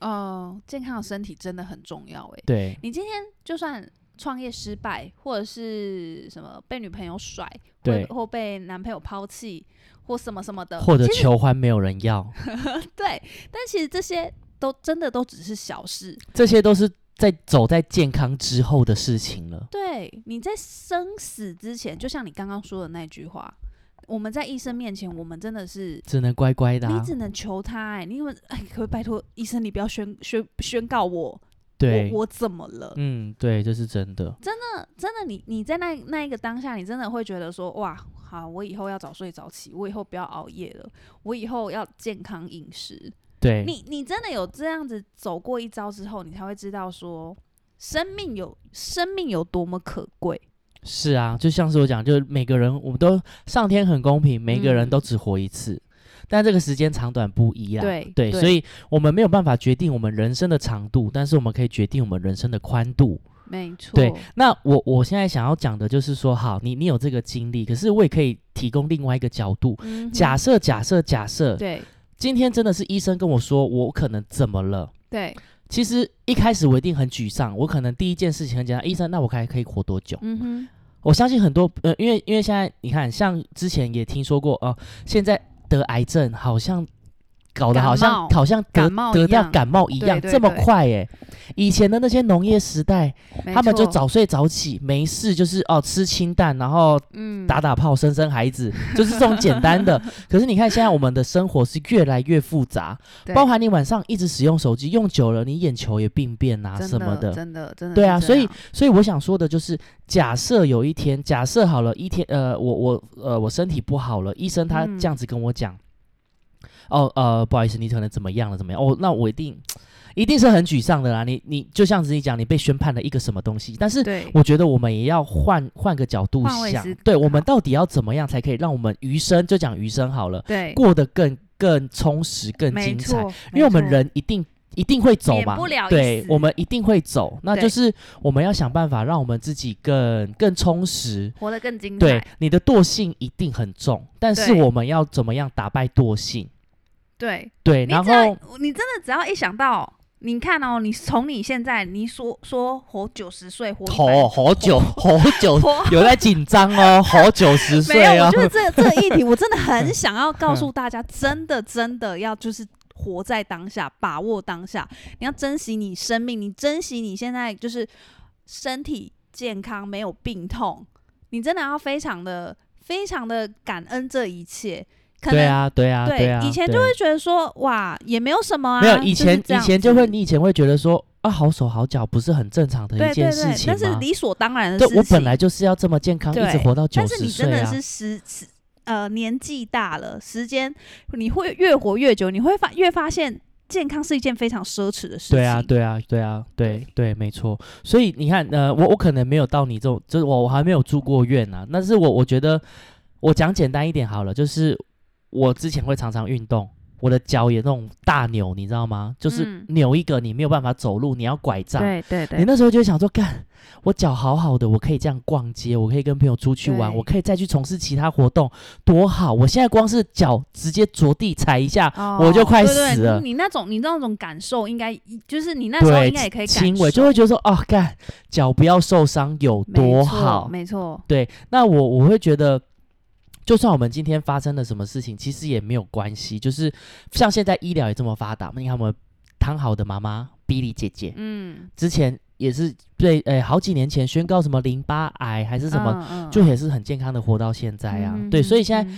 S1: 呃，健康的身体真的很重要、欸。
S2: 对
S1: 你今天就算创业失败，或者是什么被女朋友甩，或
S2: 对
S1: 或被男朋友抛弃，或什么什么的，
S2: 或者
S1: 呃其实
S2: 求欢没有人要，
S1: 对，但其实这些都真的都只是小事。
S2: 这些都是在走在健康之后的事情了。
S1: 对，你在生死之前，就像你刚刚说的那句话，我们在医生面前，我们真的是。
S2: 只能乖乖的、
S1: 你
S2: 啊，
S1: 只能求他哎、你们哎，可不可以拜托医生，你不要宣宣宣告我，我
S2: 对，
S1: 我怎么了？
S2: 嗯，对，这是真的。
S1: 那真的你你在那那一个当下，你真的会觉得说哇，好，我以后要早睡早起，我以后不要熬夜了，我以后要健康饮食。
S2: 对，
S1: 你你真的有这样子走过一遭之后，你才会知道说生命有生命有多么可贵。
S2: 是啊，就像是我讲，就是每个人，我们都上天很公平，每个人
S1: 嗯
S2: 都只活一次，但这个时间长短不一啦。
S1: 对
S2: 对，
S1: 对
S2: 所以我们没有办法决定我们人生的长度，但是我们可以决定我们人生的宽度。
S1: 没错，
S2: 对，那我我现在想要讲的就是说，好，你你有这个经历，可是我也可以提供另外一个角度。
S1: 嗯哼
S2: 假设假设假设，
S1: 对
S2: 今天真的是医生跟我说我可能怎么了。
S1: 对，
S2: 其实一开始我一定很沮丧，我可能第一件事情很简单，医生，那我还可以活多久？
S1: 嗯哼，
S2: 我相信很多呃，因为因为现在你看，像之前也听说过哦、呃现在得癌症好像搞得
S3: 感
S2: 好像
S3: 冒
S2: 好像得
S3: 感冒
S2: 得
S3: 一
S2: 到
S3: 样
S2: 感冒一
S3: 对
S2: 样，
S3: 对
S2: 这么
S3: 对
S2: 快耶！以前的那些农业时代，
S3: 没
S2: 他们就
S3: 错
S2: 早睡早起，没事就是哦吃清淡，然后
S1: 嗯，
S2: 打打炮、生生孩子，就是这种简单 的。可是你看，现在我们的生活是越来越复杂，
S3: 对
S2: 包含你晚上一直使用手机，用久了你眼球也病变啊
S3: 真
S2: 什么的。
S3: 真的真的
S2: 对
S3: 是
S2: 啊
S3: 这
S2: 所以
S3: 样
S2: 所以我想说的就是，假设有一天，假设好了，一天呃，我我呃我身体不好了，医生他
S3: 嗯
S2: 这样子跟我讲，哦呃，不好意思，你可能怎么样了怎么样？哦，那我一定一定是很沮丧的啦。你你就像子你讲，你被宣判了一个什么东西，但是
S3: 对
S2: 我觉得我们也要换换个角度
S3: 换位
S2: 想
S3: 思，
S2: 对我
S3: 考
S2: 们到底要怎么样才可以让我们余生就讲余生好了，
S3: 对，
S2: 过得更更充实、更
S3: 没
S2: 精彩
S3: 错，，
S2: 因为我们人一定。一定会走
S1: 免
S2: 嘛
S1: 不了？一
S2: 对
S1: 死，
S2: 我们一定会走。那
S3: 对
S2: 就是我们要想办法让我们自己更更充实。
S1: 活得更精彩。
S2: 对，你的惰性一定很重，但是
S3: 对
S2: 我们要怎么样打败惰性？
S3: 对
S2: 对，
S1: 你
S2: 然
S1: 只要
S2: 后
S1: 你真的只要一想到你看哦，你从你现在你说说活九十岁，活
S2: 吼好 久
S1: 久，
S2: 好久，
S1: 活
S2: 有在紧张哦，好九十
S1: 没
S2: 岁
S1: 有，
S2: 哦
S1: 我觉，得这这个议 题，我真的很想要告
S2: 嗯
S1: 诉大家，真的真的要就是活在当下，把握当下，你要珍惜你生命，你珍惜你现在就是身体健康，没有病痛，你真的要非常的非常的感恩这一切。可
S2: 对
S1: 能
S2: 啊，对啊，
S1: 对
S2: 对啊，
S1: 以前就
S2: 对
S1: 会觉得说哇，也没有什么啊，
S2: 没有以
S1: 就是
S2: 前
S1: 这
S2: 以
S1: 样
S2: 前就
S1: 子
S2: 会，你以前会觉得说啊，好手好脚不是很正常的
S1: 对
S2: 一
S1: 对
S2: 件事
S1: 对，
S2: 情
S1: 那是
S2: 吗？
S1: 理所当然的事
S2: 对
S1: 情。
S2: 我本来就是要这么健康，一直
S1: 对
S2: 活到九
S1: 但是
S2: 十
S1: 你真
S2: 岁
S1: 的
S2: 啊。
S1: 是时时呃年纪大了，时间你会越活越久，你会发越发现健康是一件非常奢侈的事情。
S2: 对啊，对啊，对啊，对对，没错。所以你看，呃，我我可能没有到你这种，就是我我还没有住过院啊。但是我我觉得，我讲简单一点好了，就是我之前会常常运动，我的脚也那种大扭，你知道吗？就是
S1: 嗯
S2: 扭一个你没有办法走路，你要拐杖。
S3: 对对
S2: 你
S3: 对，
S2: 那时候就会想说，干，我脚好好的，我可以这样逛街，我可以跟朋友出去玩，
S3: 对
S2: 我可以再去从事其他活动，多好！我现在光是脚直接着地踩一下，我就快
S1: 哦对
S2: 死
S1: 对
S2: 了。
S1: 你你那种你那种感受，应该就是你那时候
S2: 对，
S1: 应该也可以感
S2: 轻
S1: 受，
S2: 微就会觉得说，哦，干脚不要受伤有
S3: 没
S2: 多
S3: 错
S2: 好。
S3: 没错，
S2: 对，那我我会觉得，就算我们今天发生了什么事情，其实也没有关系。就是像现在医疗也这么发达，你看我们汤好的妈妈比利姐姐，
S1: 嗯，
S2: 之前也是对，诶、好几年前宣告什么淋巴癌还是什么，
S1: 嗯
S3: 么
S2: 就也是很健康的活到现在啊。对，所以现在
S3: 在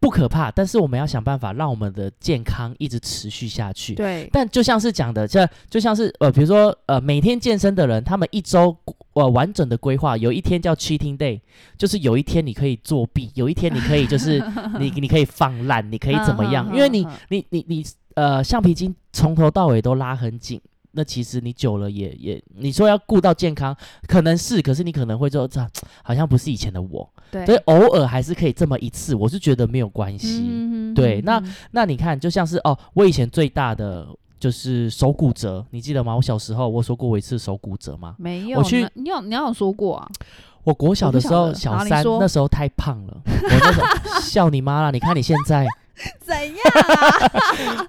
S2: 不可怕，但是我们要想办法让我们的健康一直持续下去。
S3: 对
S2: 但就像是讲的，这就像是呃，比如说呃，每天健身的人，他们一周呃完整的规划，有一天叫 cheating day，就是有一天你可以作弊，有一天你可以就是你你可以放烂，你可以怎么
S1: 嗯
S2: 样？因为你你你你呃，橡皮筋从头到尾都拉很紧。那其实你久了也也，你说要顾到健康，可能是，可是你可能会说，这好像不是以前的我，
S3: 对
S2: 所以偶尔还是可以这么一次，我是觉得没有关系。
S1: 嗯
S2: 对那
S1: 嗯
S2: 那你看，就像是哦，我以前最大的就是手骨折，你记得吗？我小时候我说过我一次手骨折吗？
S3: 没
S2: 我
S3: 有
S2: 去
S3: 呢，你有你有说过啊？
S2: 我国小的时候
S3: 我不晓得
S2: 小三
S3: 好你说
S2: 那时候太胖了，我那时候笑你妈啦！你看你现 在，
S1: 怎样啊？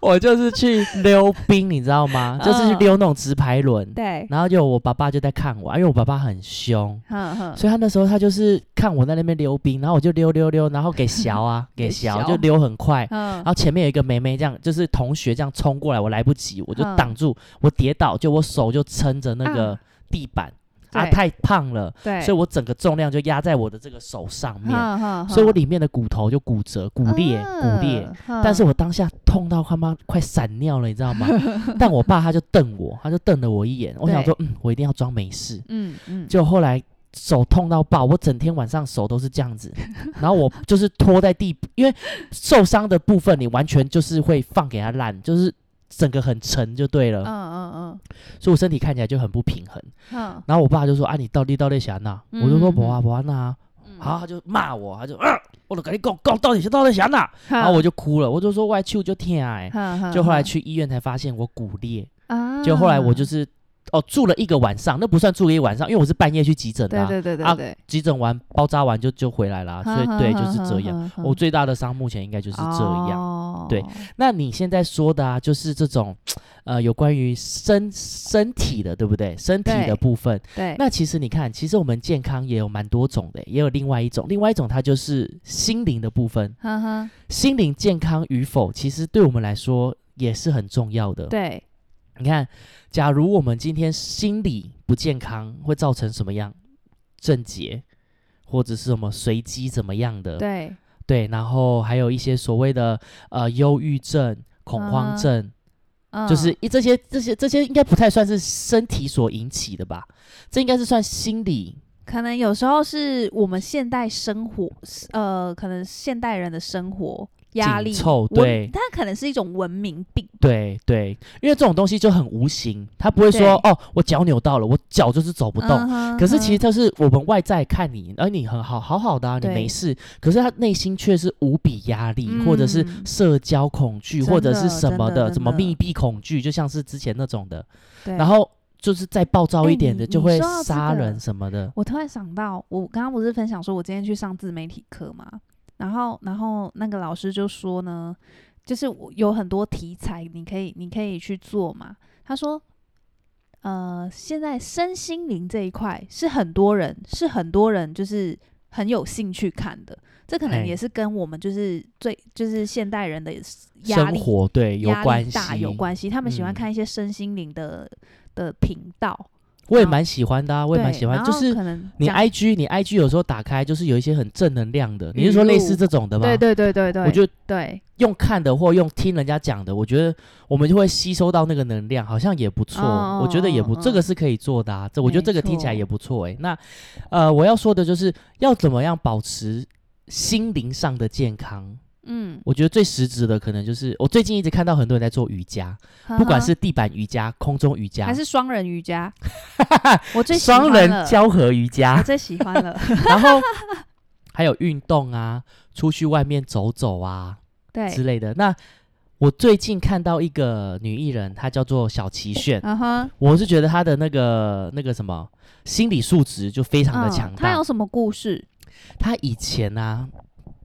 S2: 我就是去溜冰，你知道吗？就是去
S1: 嗯
S2: 溜那种直排轮，
S1: 对，
S2: 然后就我爸爸就在看我，因为我爸爸很凶。
S3: 哼哼，
S2: 所以他那时候他就是看我在那边溜冰，然后我就溜溜溜，然后给小 啊给
S3: 给
S2: 小
S3: 小
S2: 就溜很快，
S3: 嗯
S2: 然后前面有一个妹妹，这样就是同学这样冲过来，我来不及，我就
S3: 嗯
S2: 挡住，我跌倒，就我手就撑着那个
S3: 啊
S2: 地板啊，
S3: 对
S2: 太胖了，
S3: 对，
S2: 所以我整个重量就压在我的这个手上面，
S3: 哼哼
S2: 所以我
S3: 哼
S2: 里面的骨头就骨折、骨裂、骨裂。，
S3: 嗯
S2: 但是我当下痛到他妈快闪尿了，你知道 吗？但我爸他就瞪我，他就瞪了我一眼，我想说，嗯，我一定要装没事。
S3: 嗯嗯，
S2: 就后来手痛到爆，我整天晚上手都是 这样子，然后我就是拖在地，因为受伤的部分你完全就是会放给它烂，就是整个很沉就对了，
S3: 嗯嗯
S2: 所以我身体看起来就很不平衡。
S3: 嗯
S2: 然后我爸就说：“啊，你到底到底想哪？”
S1: 嗯
S2: 我就说：“
S1: 嗯
S2: 不啊不啊那啊。”
S3: 嗯
S2: 好，他就骂我，他就啊，我都跟你讲，讲到底是到底想哪？
S3: 哼，
S2: 然后我就哭了，我就说：“外去就疼哎。”
S3: 我
S2: 就后来去医院才发现我骨裂，
S3: 啊，
S2: 就后来我就是哦住了一个晚上，那不算住了一个晚上，因为我是半夜去急诊的、
S3: 对
S2: 啊。
S3: 对对
S2: 啊
S3: 对对，
S2: 急诊完包扎完就就回来啦，所以对就是这样。
S3: 样
S2: 我最大的伤目前应该就是这样。
S3: 样
S2: 对那你现在说的啊，就是这种呃有关于身身体的，对不对？身体的
S3: 对
S2: 部分。
S3: 对，
S2: 那其实你看，其实我们健康也有蛮多种的，也有另外一种，另外一种它就是心灵的部分。
S3: 哈哈，
S2: 心灵健康与否，其实对我们来说也是很重要的。
S3: 对，
S2: 你看，假如我们今天心理不健康，会造成什么样？症结，或者是什么随机怎么样的？
S3: 对，
S2: 对然后还有一些所谓的呃忧郁症、恐慌
S3: 嗯
S2: 症，
S3: 嗯
S2: 就是一这些这些这些应该不太算是身体所引起的吧？这应该是算心理。
S1: 可能有时候是我们现代生活，呃，可能现代人的生活压力
S2: 紧凑
S1: 文
S2: 对
S1: 它可能是一种文明病。
S2: 对对，因为这种东西就很无形，他不会说哦，我脚扭到了，我脚就是走不动。
S1: 嗯哼
S2: 可是其实
S1: 哼
S2: 这是我们外在看你，而你很好，好好的、啊，你
S3: 对
S2: 没事。可是他内心却是无比压力，
S1: 嗯
S2: 或者是社交恐惧，
S3: 真的
S2: 或者是什么
S3: 真的
S2: 的，
S3: 真的
S2: 什么密闭恐惧，就像是之前那种的。
S3: 对，
S2: 然后就是再暴躁一点的，
S1: 哎你
S2: 就会
S1: 你说到这个
S2: 杀人什么的。
S1: 我突然想到，我刚刚不是分享说我今天去上自媒体课嘛，然后然后那个老师就说呢，就是我有很多题材你可以你可以去做嘛，他说，呃，现在身心灵这一块是很多人是很多人就是很有兴趣看的，这可能
S2: 嘿
S1: 也是跟我们就是最就是现代人的压
S2: 生
S1: 力
S2: 活对有
S1: 压力
S2: 关
S1: 大
S2: 系，
S1: 有关系，他们喜
S2: 嗯
S1: 欢看一些身心灵的、的频道，
S2: 我也
S1: 啊
S2: 蛮喜欢的、啊，我也蛮
S1: 对
S2: 喜欢，
S1: 然
S2: 就
S1: 后
S2: 是
S1: 可能
S2: 你
S1: 讲
S2: IG 你 IG 有时候打开就是有一些很正能量的，你
S3: 语
S2: 是说类
S3: 录
S2: 似这种的吗？
S3: 对对对对对，
S2: 我觉得
S3: 对，
S2: 用看的或用听人家讲的，我觉得我们就会吸收到那个能量，好像也不
S1: 哦
S2: 错。
S3: 嗯
S2: 我觉得也不，
S3: 嗯嗯
S2: 这个是可以做的、啊。这我觉得这个
S3: 没
S1: 嗯
S3: 错
S2: 听起来也不错诶、那呃，我要说的就是要怎么样保持心灵上的健康。
S1: 嗯，
S2: 我觉得最实质的可能就是，我最近一直看到很多人在做瑜伽，不管是地板瑜伽、空中瑜伽，
S1: 嗯还是双人瑜伽，我最喜
S2: 双
S1: 欢
S2: 人
S1: 了
S2: 交合瑜
S1: 我
S2: 伽，
S1: 最喜 欢了，
S2: 然后还有运动啊，出去外面走走啊，
S1: 对，
S2: 之类的。那我最近看到一个女艺人，她叫做小齐炫，
S1: 嗯哼，
S2: 我是觉得她的那个那个什么心理素质就非常的强
S1: 嗯，他
S2: 大。
S1: 有什么故事？
S2: 她以前啊，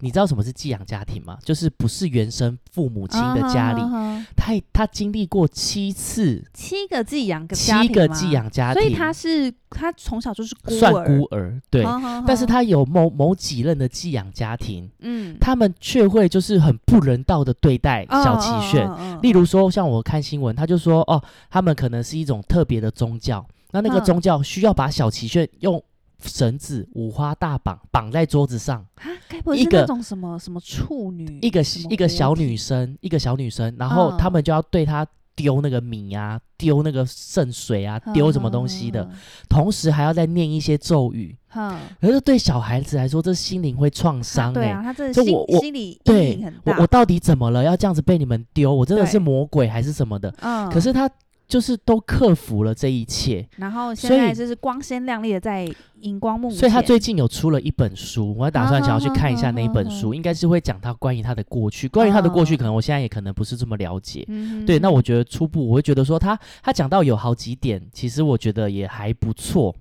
S2: 你知道什么是寄养家庭吗？就是不是原生父母亲的家里，
S1: 嗯哼嗯哼
S2: 她她经历过七次
S1: 七个寄养个家
S2: 七
S1: 庭
S2: 个
S1: 吗
S2: 寄，养家
S1: 所
S2: 庭，
S1: 以他是他从小就是孤
S2: 算
S1: 儿
S2: 孤，儿对。
S1: 嗯哼
S2: 但是
S1: 哼
S2: 她有某某几任的寄养家庭，
S1: 嗯，
S2: 他们却会就是很不人道的对待小齐炫，
S1: 嗯
S2: 例如说，像我看新闻，他就说哦，他们可能是一种特别的宗教，那那个
S1: 嗯
S2: 宗教需要把小齐炫用绳子五花大绑绑在桌子上，
S1: 啊，该不会
S2: 一
S1: 是那
S2: 个
S1: 种什么什么处女，
S2: 一个
S1: 什么
S2: 一个小
S1: 活体
S2: 女生，一个小女生，然后
S1: 嗯
S2: 他们就要对她丢那个米啊，丢那个圣水啊，
S1: 嗯
S2: 丢什么东西的，，同时还要再念一些咒语。
S1: 哼，哼
S2: 可是对小孩子来说，这心灵会创伤
S1: 对
S2: 哎、
S1: 嗯啊，他真的
S2: 这
S1: 心
S2: 我我
S1: 心理阴
S2: 对
S1: 影很
S2: 我
S1: 大，
S2: 我到底怎么了？要这样子被你们丢？我真的是
S1: 对
S2: 魔鬼还是什么的？
S1: 嗯，
S2: 可是他就是都克服了这一切，
S1: 然后现
S2: 所
S1: 在
S2: 以
S1: 就是光鲜亮丽的在荧光幕前，
S2: 所以他最近有出了一本书，我还打算想要去看一下那一本
S1: 啊啊啊
S2: 书，应该是会讲他关于他的过去，关于他的过去，
S1: 啊
S2: 可能我现在也可能不是这么了解。
S1: 嗯哼
S2: 对，那
S1: 哼
S2: 我觉得初步我会觉得说他他讲到有好几点，其实我觉得也还不错。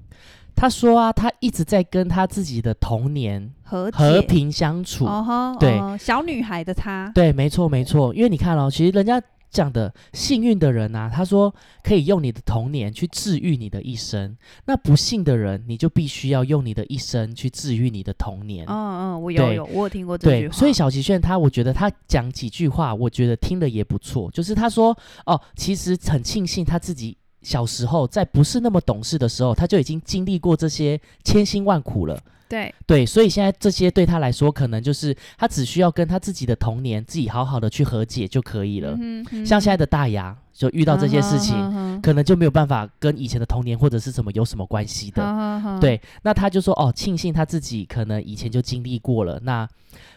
S2: 他说啊，他一直在跟他自己的童年
S1: 和
S2: 和
S1: 解
S2: 平相处。
S1: 哦吼，
S2: 对
S1: 哦小女孩的她，
S2: 对，没错没错，因为你看哦，其实人家讲的幸运的人啊，他说可以用你的童年去治愈你的一生，那不幸的人，你就必须要用你的一生去治愈你的童年。
S1: 嗯嗯，我有
S2: 对
S1: 有，我有听过这句
S2: 对，
S1: 话，
S2: 所以小齐炫他，我觉得他讲几句话，我觉得听的也不错。就是他说，哦，其实很庆幸他自己小时候在不是那么懂事的时候，他就已经经历过这些千辛万苦了。
S3: 对，
S2: 对，所以现在这些对他来说，可能就是他只需要跟他自己的童年自己好好的去和解就可以了。
S1: 嗯哼
S2: 像现在的大牙，就遇到这些事
S3: 啊
S2: 情，
S3: 嗯
S2: 可能就没有办法跟以前的童年或者是什么有什么关系
S3: 嗯啊
S2: 的。
S3: 的，
S2: 对，那他就说哦，庆幸他自己可能以前就经历过了。那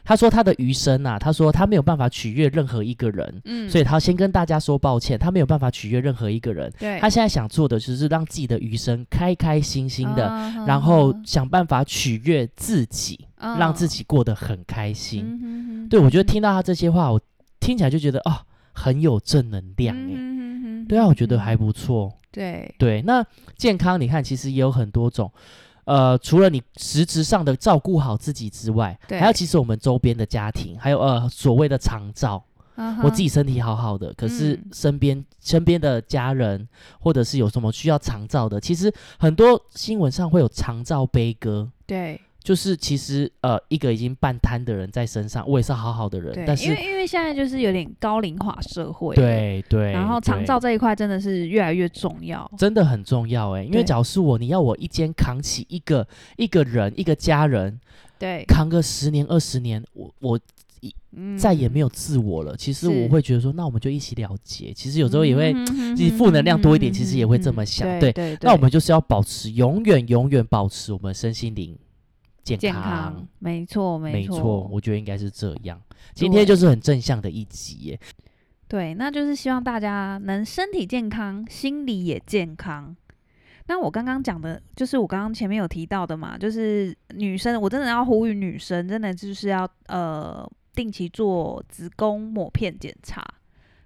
S2: 他说他的余生啊，他说他没有办法取悦任何一个人，
S3: 嗯，
S2: 所
S3: 以
S2: 以他先跟大家说抱歉，他没有办法取悦任何一个人。
S3: 对，
S2: 他现在想做的就是让自己的余生开开心心的，
S3: 啊，哈
S2: 然后
S3: 哈
S2: 想办法取悦自己，
S3: 哈
S2: 让自
S3: 嗯
S2: 己过得很开心。
S3: 嗯哼哼
S2: 对我觉得
S3: 哼
S2: 听到他这些话，我听起来就觉得哦，很有正能量
S3: 嗯
S2: 哎、
S3: 哼哼哼
S2: 对啊，
S3: 哼
S2: 我觉得
S3: 哼
S2: 还不错。
S3: 对，
S2: 对，那健康你看，其实也有很多种，呃，除了你实质上的照顾好自己之外，
S3: 对
S2: 还有其实我们周边的家庭，还有呃所谓的长照，我自己身体好好的，可是
S3: 嗯
S2: 身边、身边的家人或者是有什么需要长照的，其实很多新闻上会有长照悲歌。
S3: 对
S2: 就是其实呃，一个已经半瘫的人在身上，我也是好好的人，
S3: 对，
S2: 但
S3: 因
S2: 是
S3: 为因为现在就是有点高龄化社会，，
S2: 对对，
S3: 然后长
S2: 对
S3: 照这一块真的是越来越重要，
S2: 真的很重要哎、因为
S3: 对
S2: 假如是我，你要我一肩扛起一个一个人一个家人，
S3: 对，
S2: 扛个十年二十年，我我
S3: 嗯
S2: 再也没有自我了。其实
S3: 是嗯
S2: 我会觉得说，那我们就一起了结。其实有时候也会，
S1: 嗯
S2: 其实负能量多一点，其实也会这么想。
S3: 对
S2: 对，
S3: 对，
S2: 那我们就是要保持永远永远保持我们身心灵健
S3: 健康，没错
S2: 没错，
S3: 错，
S2: 我觉得应该是这样。今天就是很正向的一集耶。
S1: 对，那就是希望大家能身体健康，心理也健康。那我刚刚讲的，就是我刚刚前面有提到的嘛，就是女生，我真的要呼吁女生，真的就是要呃定期做子宫抹片检查，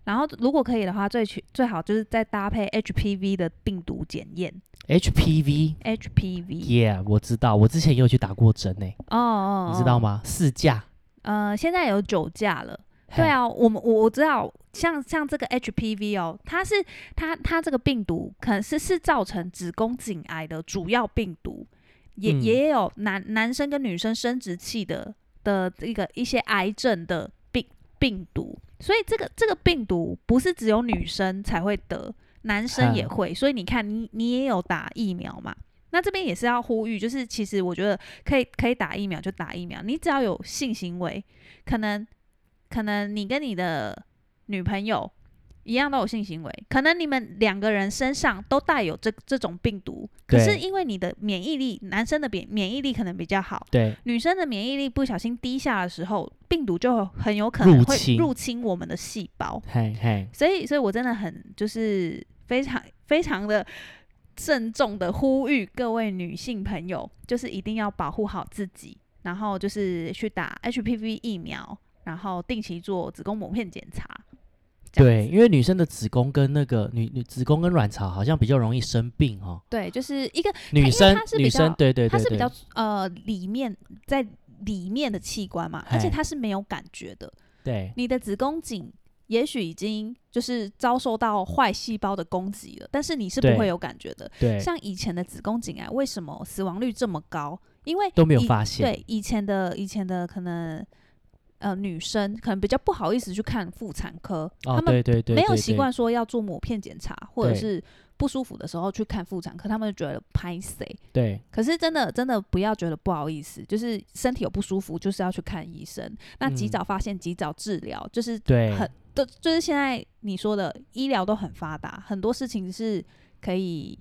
S1: 然后如果可以的话，最去最好就是再搭配 HPV 的病毒检验。
S2: HPV，
S1: HPV
S2: 耶、我知道，我之前也有去打过针呢、
S1: 哦哦，
S2: 你知道
S1: 哦？
S2: 吗？四价。
S1: 呃，现在有酒驾了。对
S2: 嘿，
S1: 啊，我们我我知道像像这个 HPV 哦，它是它它这个病毒可能是是造成子宫颈癌的主要病毒，也、
S2: 嗯
S1: 也有男男生跟女生生殖器的的这个一些癌症的病病毒，所以这个这个病毒不是只有女生才会得，男生也
S2: 嗯
S1: 会，所以你看你你也有打疫苗嘛。那这边也是要呼吁，就是其实我觉得可以可以打疫苗就打疫苗，你只要有性行为，可能可能你跟你的女朋友一样都有性行为，可能你们两个人身上都带有这这种病毒，可
S2: 对
S1: 是因为你的免疫力，男生的免免疫力可能比较好，
S2: 对，
S1: 女生的免疫力不小心低下的时候，病毒就很有可能
S2: 入
S1: 会
S2: 侵
S1: 入侵我们的细胞，
S2: 嘿嘿，
S1: 所以，所以我真的很就是非常非常的郑重的呼吁各位女性朋友，就是一定要保护好自己，然后就是去打 HPV 疫苗，然后定期做子宫膜片检查。这样
S2: 对，
S1: 子，
S2: 因为女生的子宫跟那个女女子宫跟卵巢好像比较容易生病哦，
S1: 对，就是一个因
S2: 女
S1: 为
S2: 生
S1: 它是比
S2: 女生
S1: 较
S2: 对对
S1: 它
S2: 对
S1: 是比较
S2: 对，
S1: 呃里面在里面的器官嘛，而且
S2: 嘿
S1: 它是没有感觉的。
S2: 对
S1: 你的子宫颈也许已经就是遭受到坏细胞的攻击了，但是你是不
S2: 对
S1: 会有感觉的。
S2: 对，
S1: 像以前的子宫颈癌，为什么死亡率这么高？因为
S2: 都没有
S1: 以
S2: 发现，
S1: 对以前的以前的可能呃女生可能比较不好意思去看妇产科，
S2: 哦
S1: 他们
S2: 对对对，
S1: 没有
S2: 对
S1: 习
S2: 对
S1: 惯说要做抹片检查，或者
S2: 对
S1: 是不舒服的时候去看妇产科，他们就觉得拍谁。
S2: 对，
S1: 可是真的真的不要觉得不好意思，就是身体有不舒服，就是要去看医生。那及
S2: 嗯
S1: 早发现，及早治疗，就是
S2: 对
S1: 很都就是现在你说的医疗都很发达，很多事情是可以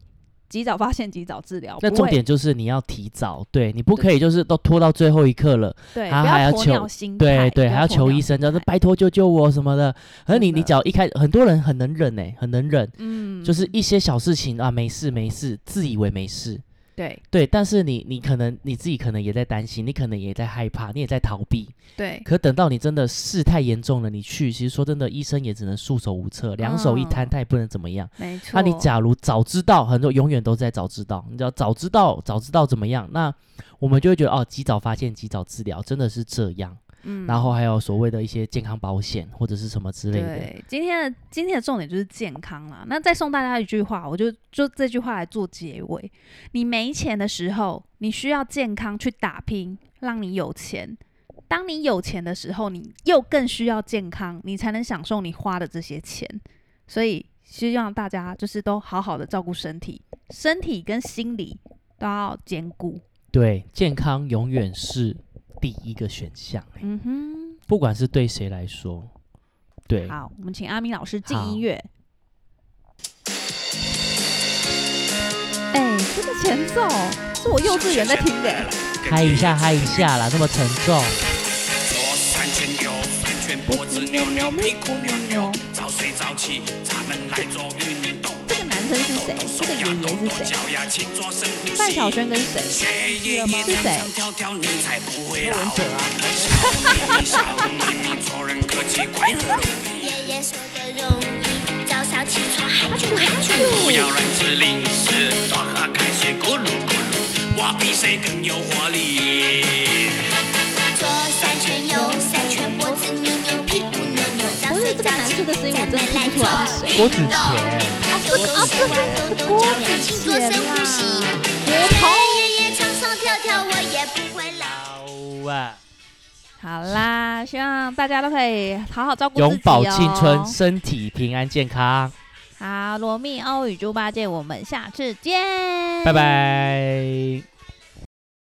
S1: 及早发现、及早治疗。
S2: 那
S1: 不
S2: 重
S1: 会
S2: 点就是你要提早，对你不可以就是都拖到最后一刻了，
S1: 对，
S2: 他
S1: 不
S2: 还要
S1: 鸵
S2: 求
S1: 鸟心态
S2: 对对，
S1: 不
S2: 还要
S1: 鸵
S2: 求
S1: 鸟
S2: 医生，
S1: 心
S2: 叫是
S1: 态
S2: 拜托救救我什么的。而你
S1: 真
S2: 你
S1: 的
S2: 只要一开，很多人很能忍哎，很能忍，
S1: 嗯，
S2: 就是一些小事情啊，没事没事，自以为没事。
S3: 对
S2: 对，但是你你可能你自己可能也在担心，你可能也在害怕，你也在逃避。
S3: 对
S2: 可等到你真的事态严重了，你去，其实说真的，医生也只能束手无策，两手一摊，
S3: 嗯
S2: 他也不能怎么样。
S3: 没错。
S2: 那、你假如早知道，很多永远都在早知道，你知道早知道早知道怎么样？那我们就会觉得哦，及早发现，及早治疗，真的是这样。
S3: 嗯，
S2: 然后还有所谓的一些健康保险或者是什么之类的。
S3: 对
S1: 今天的今天的重点就是健康啦。那再送大家一句话，我就就这句话来做结尾：你没钱的时候，你需要健康去打拼，让你有钱；当你有钱的时候，你又更需要健康，你才能享受你花的这些钱。所以，希望大家就是都好好的照顾身体，身体跟心理都要兼顾。
S2: 对，健康永远是第一个选项、欸
S1: 嗯哼，
S2: 不管是对谁来说。对，
S1: 好，我们请阿明老师进
S2: 好
S1: 音乐。哎、这个前奏是我幼稚园在听的、
S2: 嗨一下，嗨一下啦，这么沉重。
S4: 左三圈右三圈，脖子扭扭，屁股扭扭，早睡早起，咱们来做运动。
S1: 这个男生是谁？这个爷爷是谁？
S4: 脚丫，请做深呼
S1: 范
S4: 吸。
S1: 晓萱跟谁？
S4: 学爷爷
S1: 是谁？
S4: 跳跳，你才不会老。
S1: 文哲啊。
S4: 小秘密，做人客气，快乐。
S5: 爷爷说的容易，早上起床喊啾喊啾
S4: 不。要乱吃零食，多喝开水，咕噜咕噜，我比谁更有活力。
S5: 左三圈，右三圈，脖子扭扭，屁股扭扭，早
S1: 不是
S5: 睡
S1: 这个
S5: 早
S1: 男
S5: 起
S1: 生的声音，我真的听不出来是谁。
S2: 郭子乾，
S5: 做动三弯勾勾脚丫，请做深呼吸。爷爷唱唱跳跳，我也不会老。
S2: 好啊，
S1: 好啦，希望大家都可以好好照顾自己
S2: 永
S1: 哦。
S2: 葆青春，身体平安健康，
S1: 好，罗密欧与猪八戒，我们下次见，
S2: 拜。拜。